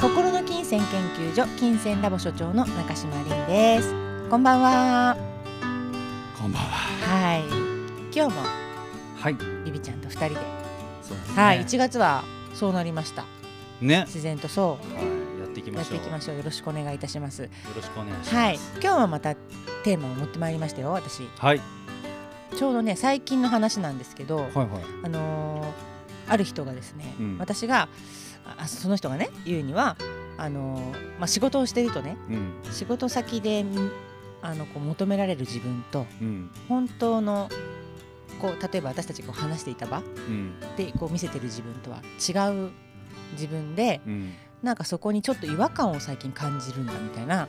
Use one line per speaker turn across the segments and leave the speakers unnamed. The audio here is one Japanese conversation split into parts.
心の金銭研究所金銭ラボ所長の中島凛ですこんばんは
こんばんは。
はい今日も
はい。
ビビちゃんと二人で、
そうです
はい1月はそうなりました
ね。
自然とそ
はい。やっていき
う
ま
やっ
しょう。
ていきましょうよろしくお願いいたします
よろしくお願いします。
はい今日はまたテーマを持ってまいりましたよ私
はい。
ちょうどね最近の話なんですけど、
はいはい。
あのーある人がですね、
うん
私があその人がね言うにはあのーまあ、仕事をしてるとね
うん
仕事先でみあのこう求められる自分と
うん
本当のこう例えば私たちがこう話していた場
うん
でこう見せてる自分とは違う自分で
うん。
なんかそこにちょっと違和感を最近感じるんだみたいな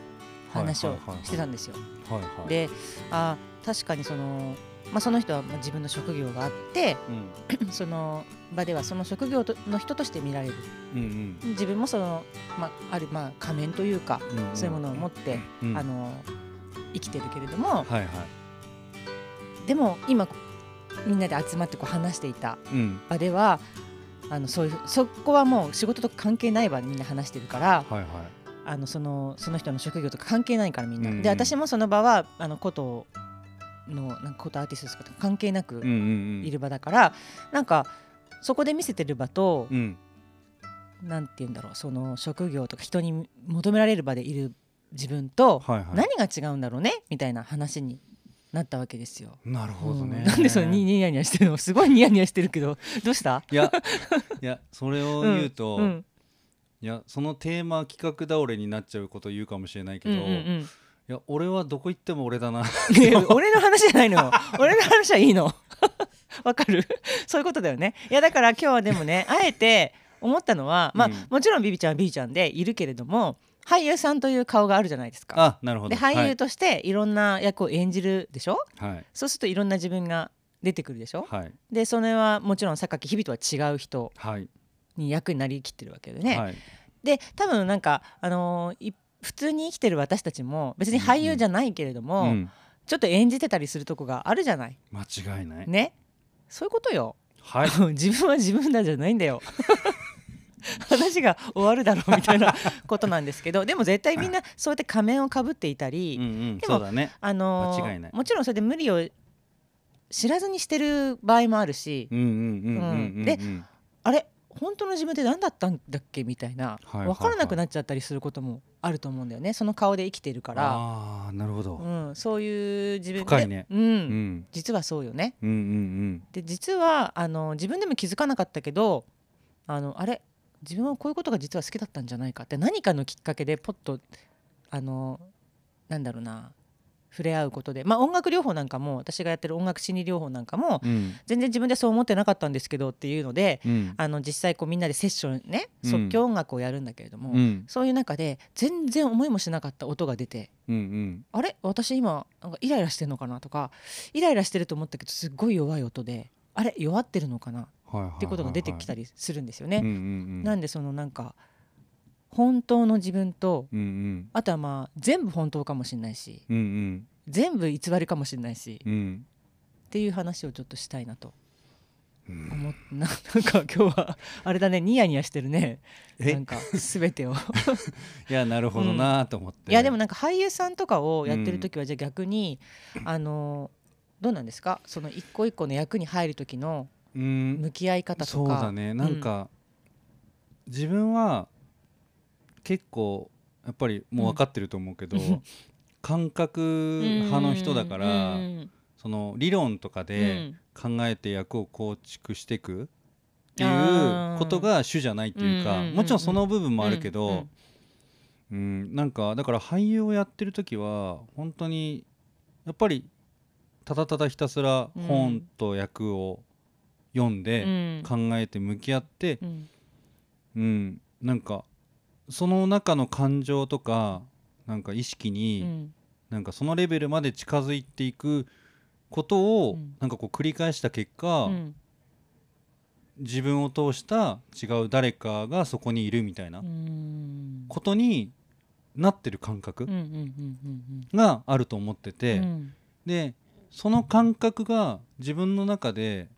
話をしてたんですよ。
はいはい。、
であー確かにその、まあ、その人はまあ自分の職業があって
うん
その場ではその職業との人として見られる
うん
自分もその、まあ、あるまあ仮面というか
うん。
そういうものを持って、
うん
あ。の生きてるけれども
はいはい。
でも今みんなで集まってこう話していた
うん。
場ではあのそういうそこはもう仕事とか関係ない場でみんな話してるから
はいはい。
あのそのその人の職業とか関係ないからみんな。
うんうん
で私もその場はあのことのなんかことアーティストとか関係なく
うんうんうん。
いる。場だから、なんかそこで見せてる場と、
うん。
なんて言うんだろうその職業とか人に求められる場でいる自分と
はいはい。
何が違うんだろうねみたいな話になったわけですよ。
なるほど
う
ね。
んなんでそのニニヤニヤしてるのすごいニヤニヤしてるけどどうした
いやいやそれを言うと、
うん
いやそのテーマ企画倒れになっちゃうこと言うかもしれないけ
うんう
ど、
ん
い
うん
や俺はどこ行っても俺だな
ね俺の話じゃないのよ俺の話はいいの わかるそういうことだよねいやだから今日はでも ねあえて思ったのはまあ、
うん
もちろんビビちゃんはビビちゃんでいるけれども俳優さんという顔があるじゃないですか。
あなるほど
で俳優としていろんな役を演じるでしょ、
はいはい
そうするといろんな自分が出てくるでしょ、
はい
でそれはもちろん榊日々とは違う人
はい、
に役になりきってるわけでね、
はい、
で多分なんか、あのーい普通に生きてる私たちも別に俳優じゃないけれども、
うん、
ちょっと演じてたりするとこがあるじゃない
間違いない、
ねそういうことよ
はい
自分は自分だじゃないんだよ 話が終わるだろうみたい なことなんですけどでも絶対みんなそうやって仮面をかぶっていたり、
うんうん
でも
そうだね
あのー
間違いない
もちろんそれで無理を知らずにしてる場合もあるし、
うんうんうんうんうん、うん、
であれ本当の自分って何だったんだっけみたいな、
はいはいはい
分からなくなっちゃったりすることもあると思うんだよねその顔で生きてるから、
ああなるほど、
う
うん
ん、そういう自分で
深いね
うん
うん、
実はそうよね。
うんうん
で実はあの自分でも気づかなかったけどあのあれ自分はこういうことが実は好きだったんじゃないかって何かのきっかけでポッとあのなんだろうな触れ合うことで、まあ、音楽療法なんかも私がやってる音楽心理療法なんかも
うんうん
全然自分でそう思ってなかったんですけどっていうので
うん
あの実際こうみんなでセッションね
うん
即興音楽をやるんだけれども、
うん
そういう中で全然思いもしなかった音が出て
うんうん
あれ私今なんかイライラしてるのかなとかイライラしてると思ったけどすっごい弱い音であれ弱ってるのかな
はいはいはい
っていうことが出てきた
り
りするんですよ
うん
ね。
うん
なんでそのなんか本当の自分と
うんうん
あとはまあ全部本当かもしれないし
うんうん
全部偽りかもしれないし
うんうん
っていう話をちょっとしたいなと
うん
思っ ななんか今日はあれだねニヤニヤしてるね
え
なんか全てを
いやなるほどなーと思って
いやでもなんか俳優さんとかをやってる時はじゃあ逆に、あのどうなんですかその一個一個の役に入る時の
うん
向き合い方とか
そうだねなんか、自分は結構やっぱりもう分かってると思うけど、
うん
感覚派の人だから、
うんうん
その理論とか
う
で
ん
考えて役を構築していくってい
あ
う
ー
ことが主じゃないっていう
うん
か
うんうんうん
もちろんその部分もあるけど、
う
うんん
うん
なんかだから俳優をやってる時は本当にやっぱりただただひたすら本と役を読んで
うん
考えて向き合って
うん
うん、なんかその中の感情とかなんか意識
う
に、
ん
なんかそのレベルまで近づいていくことを、
うん
なんかこう繰り返した結果、
うん
自分を通した違う誰かがそこにいるみたいな
うん
ことになってる感覚
うんうんうん
があると思って
うん
て、
うん
でその感覚が自分の中で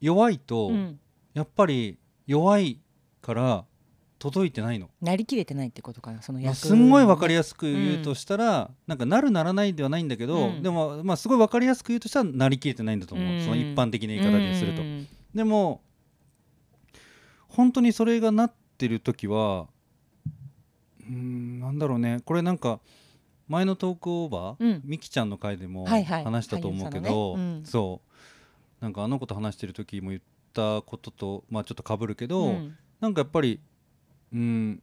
弱いと、
うん
やっぱり弱いから届いてないの
なりきれてないってことかなその
まあ
役
すんごい分かり
や
やすく言うとしたら、なんかなるならないではないんだけど、
うん
でも、まあ、すごい分かりやすく言うとしたらなりきれてないんだと思う、
うん
その一般的な言い方にすると。
うん
でも本当にそれがなってる時はうーんなんだろうねこれなんか前のトークオーバー、
うん
みきちゃんの回でも
はいはい
話したと思うけ
俳優
ど、
さんのねうん
そうなんかあの子と話してる時も言ったことと、まあ、ちょっとかぶるけど、
うん
なんかやっぱりうん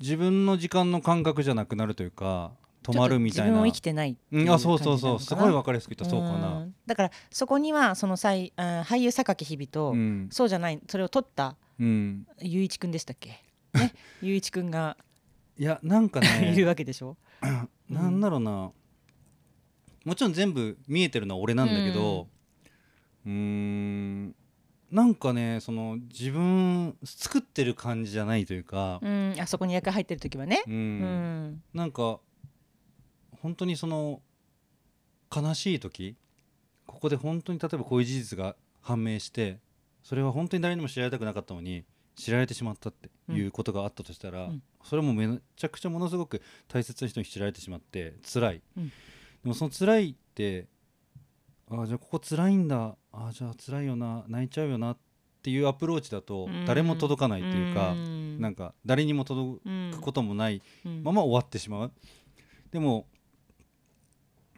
自分の時間の感覚じゃなくなるというか止まるみたい
ちょっと自分
な
を生きてないってい
うん、あそうそうそう
感じ
す
なのか
ご
ない
分かりやすく言ったそうか
う
なん
だからそこにはその際あー俳優榊日々と、
うん、
そうじゃないそれを撮った
うん、
雄一くんでしたっ けね雄一くんが
いやなんかね
いるわけでしょ
なんだろうな、もちろん全部見えてるのは俺なんだけどうーんなんかねその自分作ってる感じじゃないというか、
うんあそこに役入ってる時はね
うん
うん
なんか本当にその悲しい時ここで本当に例えばこういう事実が判明してそれは本当に誰にも知られたくなかったのに知られてしまったっていうことがあったとしたら、
うん
それはもうめちゃくちゃものすごく大切な人に知られてしまって辛い、
うん
でもその辛いってああじゃあここ辛いんだああじゃあ辛いよな泣いちゃうよなっていうアプローチだと誰も届かないというか、
ん
なんか誰にも届
うん
くこともない
うん
まま終わってしまうでも、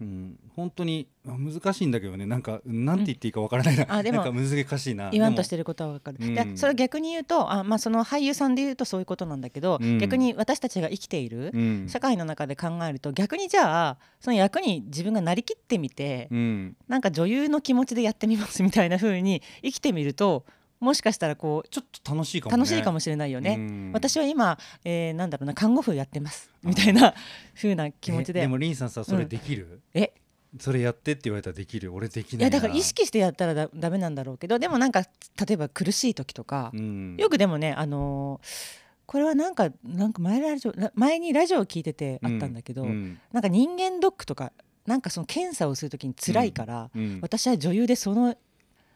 うん、本当にあ難しいんだけどねなんかなんて言っていいかわからないな,、
うんあでも
なんか難しいな
言わんとしててることは分かる、
うん
でそれ逆に言うとあ、まあ、その俳優さんで言うとそういうことなんだけど、
うん
逆に私たちが生きている
でもうん
社会の中で考えると逆にじゃあその役に自分がなりきってみて、
うん
なんか女優の気持ちでやってみますみたいな風に生きてみるともしかしたらこ
ちょっと楽しいか
う
もね
楽しいかも
し
しれないよ
れ
ね。私
は
は今、えーなんだろうな看護婦やってますみたいな風な気持ちで
でもリンさんさそれできる、
え
それやってって言われたらできる俺できない
い
な
やだから意、識してやったらだダメなんだろうけどでもなんか例えば苦しい時とか、
うん、
よくでもね、あのーこれはなんかなんか前ラジオラ前にラジオを聞いててあったんだけど、
うんうん
なんか人間ドックとかなんかその検査をするときに辛いから、
うん
私は女優でその、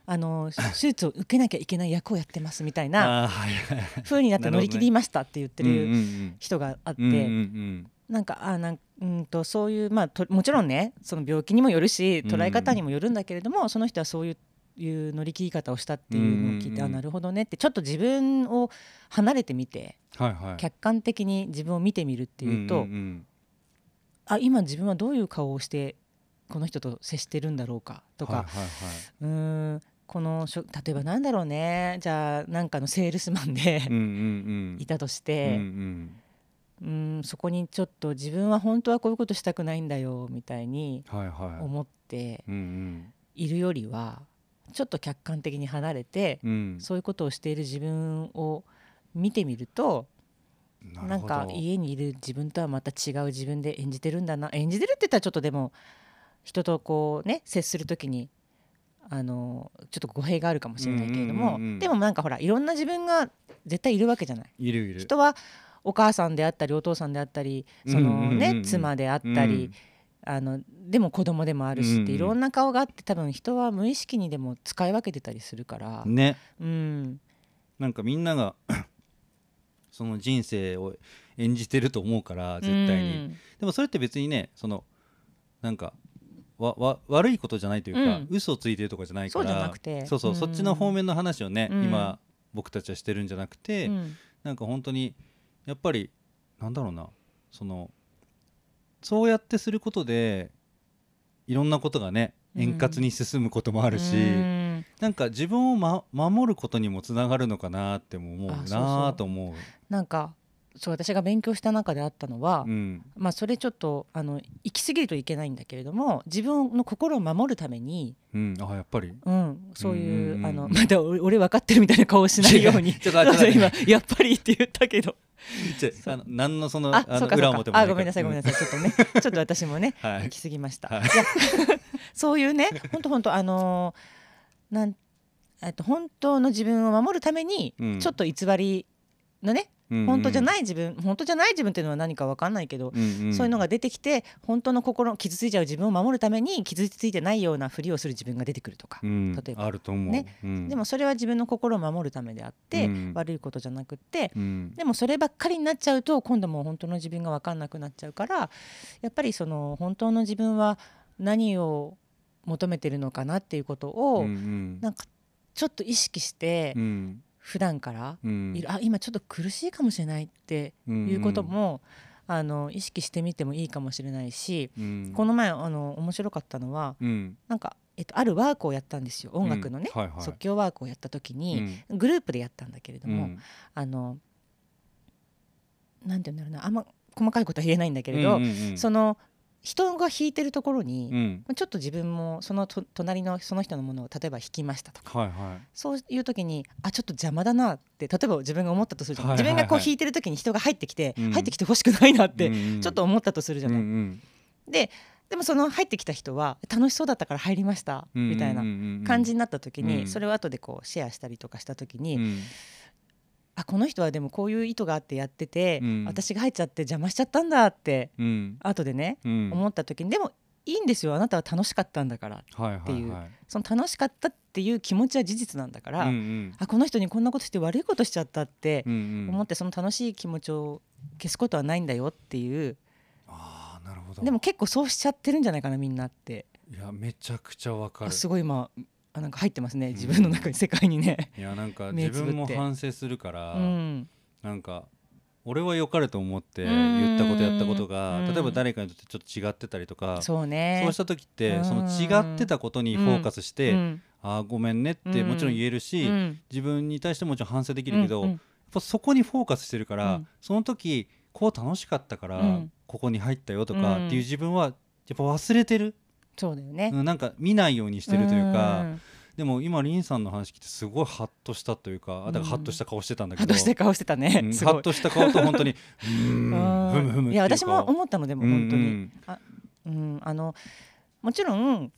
あのー手術を受けなきゃいけない役をやってますみたいな
あーはいはいはい
風になって
なる
乗
ほどね
り切りましたって言って
うんう
る
ん
人があって、
うんうんうん
なんかあーなんうんとそういう、まあ、ともちろんねその病気にもよるし捉え方にもよるんだけれども、その人はそういう。いう乗り切り方をしたっていうのを聞いて、
うんうんうん
あなるほどねってちょっと自分を離れてみて、
はいはいっ
客観的に自分を見てみるっていうと、
うんうん
あ今自分はどういう顔をしてこの人と接してるんだろうかとか、
はいはいは
うーんこのしょ例えばなんだろうねじゃあなんかのセールスマンで
い、うんうんうん
いたとし
うんう
て、
ん
うーんそこにちょっと自分は本当はこういうことしたくないんだよみたいに
はいは
思って
いうん
いるよりはちょっと客観的に離れて、
うんうん
そういうことをしている自分を見てみると
る
なん
ほど
か家にいる自分とはまた違う自分で演じてるんだな演じてるって言ったらちょっとでも人とこうね接する時にあのちょっと語弊があるかもしれないけれども、
うんうんうんうん
でもなんかほらいろんな自分が絶対いるわけじゃない。
いるいる
人はお母さんであったりお父さんであったりそ
うんうん
の
うん
ね、
うん
妻であったり、あのでも子供でもあるしって、
うんうん
いろんな顔があって多分人は無意識にでも使い分けてたりするから、
うんね
うん、
なんかみんなが その人生を演じてると思うから絶対に、でもそれって別にねそのなんかわわ悪いことじゃないというか、
うん
嘘をついてるとかじゃないか
そう
ら
じゃなくて
そうそう
うん
そっちの方面の話をね、
うん
今僕たちはしてるんじゃなくて、
うんうん
なんか本当にやっぱりなんだろうなそのそうやってすることでいろんなことがね円滑に進むこともあるし、
うん
なんか自分を、ま、守ることにもつながるのかなっても思う
あそうそう
なあと思う。
なんかそう私が勉強した中であったのは、
うん
まあ、それちょっとあの行き過ぎるといけないんだけれども自分の心を守るために、
うん、あやっぱり
うん、そういう,、
うんうんうん
あのまた俺俺分かってるみたいな顔をしないよ うに
ちょっと 待って
今やっぱりって言ったけど
ちょあの何のその
あ
あ
そう
の
か
裏
そう
表
か
も
あごめんなさいごめんな
さ
さいちょっとねちょっと私もね
い、うんは
行
い
き過ぎました、
は
い
い
や そういうね本当本当あのーなんえっと本当の自分を守るために、
うん、
ちょっと偽りのね本当じゃないい自分本当じゃない自分っていうのは何か分かんないけど、
うんうん
そういうのが出てきて本当の心傷ついちゃう自分を守るために傷ついてないようなふりをする自分が出てくるとか、
うん
例えば
あると思う、
ね
うん、
でもそれは自分の心を守るためであって、
うん
悪いことじゃなくって
うん、
でもそればっかりになっちゃうと今度もう本当の自分が分かんなくなっちゃうからやっぱりその本当の自分は何を求めてるのかなっていうことを、
うん
なんかちょっと意識して
うんうん
普段から、
うん
いるあ今ちょっと苦しいかもしれないっていうこと、も、あの意識してみてもいいかもしれないし、
うんうん、
こ
の、
の前あの面白かったのは
うん、
なんか、えっと、あるワークをやったんですよ音楽のね、
うんはいはい、
即興ワークをやった時に、
に、
グループでやったんだけれど
う
も、
ん、
あのなんて言うんだろうなあんま細かいことは言えないんだけれど、
うんうんうん、
その人が弾いてるところ
う
に、
ん、
ちょっと自分もそのと隣のその人のものを例えば弾きましたとか。
はいは
そういう時にあちょっと邪魔だなって例えば自分が思ったとするじゃない
はいはいはい
自分がこう弾いてる時に人が入ってきて、
うん
入ってきてほしくないなっ
い、
て、
うんうん
ちょっと思ったとするじゃ
うん
な
う
い、
ん、
ででもその入ってきた人は楽しそうだったから入りました
うんうん
みたいな感じになった時に、
うん
それを後でこうシェアしたりとかした時に、
うんうん
あこの人はでもこういう意図があってやってて、
うん
私が入っちゃって邪魔しちゃったんだって
うん
後でね、
うん、
思った時にでもいいんですよあなたは楽しかったんだから
って
いうその楽しかったっていう気持ちは事実なんだから、
うんうん
あこの人にこんなことして悪いことしちゃったって
うんうん、
思ってその楽しい気持ちを消すことはないんだよっていう
ああなるほど
でも結構そうしちゃってるんじゃないかなみんなって
いやめちゃくちゃわか
あ
る
すごい今あなんか入ってますね
ん
自分の中に世界にね。
いやなんか
目
自
つぶって
分も反省するから、
うん
なんか俺は良かれと思って
うーん
言ったことやったことが
うん
例えば誰かにとってちょっと違ってたりとかそう,、
そうね
した時って、
うん
その違ってたことにフォーカスして、
うん
ああごめんねってもちろん言えるし、
うん
自分に対してもちろん反省できるけど、
うんう
やっ
ん
ぱそこにフォーカスしてるから、
うん
その時こう楽しかったから、
うん
ここに入ったよとかっていう
うん
自分はやっぱ忘れてる、
そうだよね。
うんなんか見ないようにしてるというか。
ん
でも今リンさんの話聞いてすごいハッとしたというかあだからハッとした顔してたんだけ
ハッ
ど、
として顔してたね。
うん
す
ハ
ご
ッ
い。
とした顔と本当 にう
う
ーんふむふむっていう顔
んいや私も思ったのでも本当
う
に。
ん
うんあのもちろん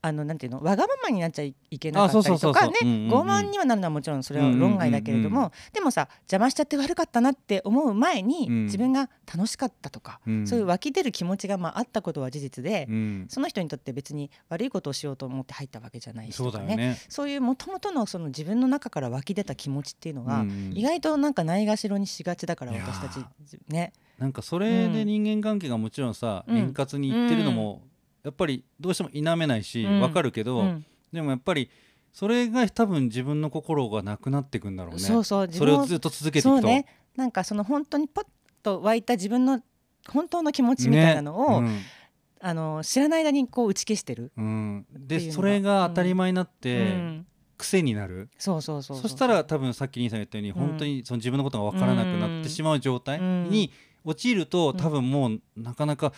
あのなんていうのわがままになっちゃいけな
あ
か
そ
っ
う
た
そ
り
うそ
と
うそ
か
う
ね
うんうんうん
傲慢にはなるのはもちろんそれは論外だけれども、
うんうんうん
でもさ邪魔しちゃって悪かったなって思う前に、
うん
自分が楽しかったとか、
うん
そういう湧き出る気持ちがまああったことは事実で、
うん
その人にとって別に悪いことをしようと思って入ったわけじゃないし
そ
と
うだ
か
よ
ね
ね、
そういうもともとのその自分の中から湧き出た気持ちっていうのが、
うん
意外となんかないがしろにしがちだから
いやー
私たちね。
なんかそれで人間関係がもちろんさ、
うん
円滑にいってるのもやっぱりどうしても否めないし、
うん
わかるけど、
うん
でもやっぱりそれが多分自分の心がなくなっていくんだろうね
そうそう自
それ
分
を
を
ずっと続けていくと
そうねなんかその本当にパッと湧いた自分の本当の気持ちみたいなのを、
ね
あの知らない間にこう打ち消してる、
うんうん、
っていうの
で
が
それが当たり前になっ
う
て、
ん、
癖になる
そうそうそう
そうしたら多分さっきリンさんが言ったように、
うん
本当にその自分のことが分からなくなってしまう状態
うん
に陥ると、
うん
多分もうなかなか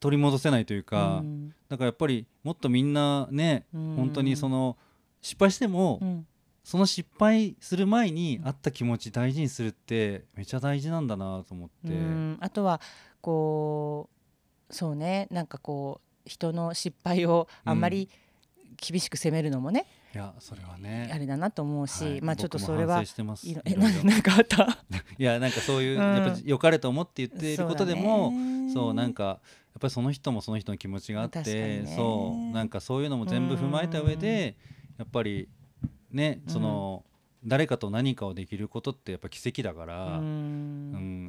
取り戻せないというか、
うん
だからやっぱりもっとみんなね、
うん
本当にその失敗しても、
うん
その失敗する前にあった気持ち大事にするってめちゃ大事なんだなと思って。
うんあとはこうそうねなんかこう人の失敗をあんまり厳しく責めるのもね、
いやそれは
あ
ね
れだなと思うし、
はい
まあちょっと
僕も
それは
反省してます
い
い
ろ
ろ
え
いろ
ななんかあった
いやなんかそういう、
うん
やっぱ良かれと思って言っていることでも、そうなん
か
かやっぱりその人もその人の気持ちがあって、
確かにね
そうなんかそういうのも全部踏まえた上でやっぱりねその、誰かと何かをできることってやっぱ奇跡だから、うん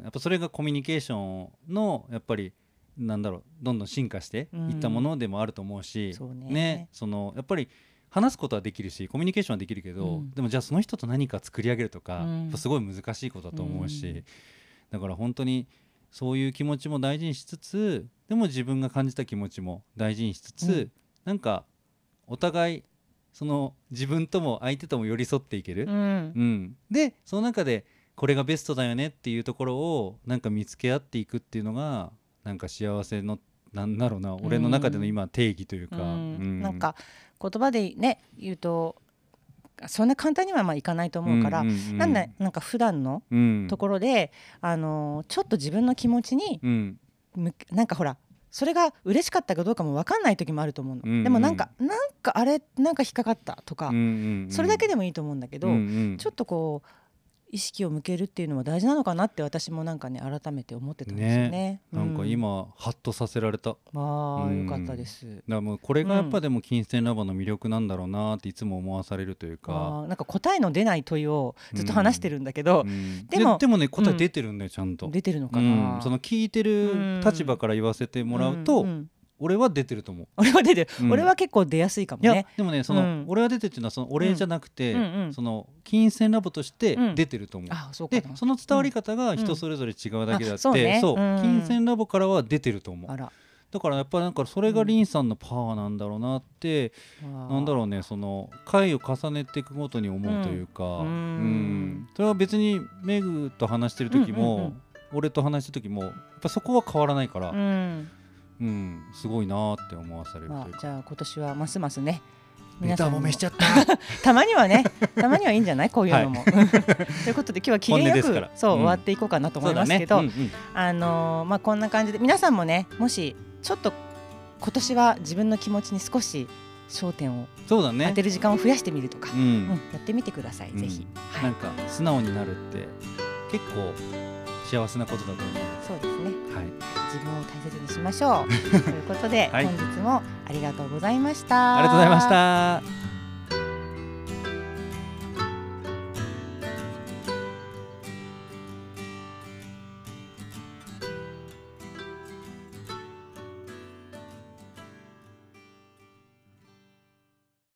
やっぱそれがコミュニケーションのやっぱりなんだろうどんどん進化していったものでもあると思うし、
そうね
そのやっぱり話すことはできるしコミュニケーションはできるけど、
うん
でもじゃあその人と何か作り上げるとか、
うん
やっぱすごい難しいことだと思うし、
うん
だから本当にそういう気持ちも大事にしつつでも自分が感じた気持ちも大事にしつつ、
うん
なんかお互いその自分とも相手とも寄り添っていける、
うん
うん、でその中でこれがベストだよねっていうところをなんか見つけ合っていくっていうのがなんか幸せのなんだろうな俺の中での今定義というか、
うん
う
なんか言葉でね言うとそんな簡単にはまあいかないと思うから、
んん
なんだなんか普段の
うん
ところで、あのーちょっと自分の気持ちに
うん
向けなんかほらそれが嬉しかったかどうかも分かんない時もあると思うの、
うんうん
でもなんかなんかあれなんか引っかかったとか、
うんうんうん
それだけでもいいと思うんだけど、
うんうん
ちょっとこう意識を向けるっていうのは大事なのかなって私もなんかね改めて思ってたんですよね。
なんか、今ハッとさせられただか
うんああ
うん
よかったです。
らもうこれがやっぱでも金銭ラボの魅力なんだろうなっていつも思わされるという
あ
か、
ーなんか答えの出ない問いをずっと話してるんだけど、
うん
でも
ででもね答え出てるんだよちゃんと、
出てるの
う
かな、
ん、その聞いてる立場から言わせてもらうと、
んん
俺は出てると思う。
俺は出てる、
うん
俺は結構出やすいかも
いや、
ね
でもねその、
うん
俺は出てるっていうのはそのお礼じゃなくて、
うんうんうん
その金銭ラボとして
うん
出てると思う。
あそうか
で
な
その伝わり方が人それぞれ違うだけであって、
あそうねう
そう
ん
金銭ラボからは出てると思
あ
う
ら
だからやっぱなんかそれがリンさんのパワーなんだろうなって、なんだ
ろ
ろうねその回を重ねていくごとに思うというか、
うん
うんそれは別にメグと話してる時も、
うんうんうん
俺と話した時もやっぱそこは変わらないから、
うん
うん、すごいなーって思わされると
ま
いう
あ、
か。
じゃあ今年はますますね
ネ
皆
タ
さん
も
も
めしちゃった。
たまにはねたまにはいいんじゃないこういうのも。 ということで今日は機
本音
嫌
で
よ
すか
く
ら
そう、
うん
終わっていこうかなと思
そう
い
だ
ます
ね
けど、
うんうん
あのーまあ、こんな感じで皆さんもねもしちょっと今年は自分の気持ちに少し焦点を
そうだね
当。てる時間を増やしてみるとか、
う
うん
ん
やってみてください、
うん
ぜひ。は
なん
い、
か素直になるって結構幸せなことだと思
そうですね
う。はい。
自分を大切 にしましょうということで、
はい
本日もありがとうございました
ありがとうございました。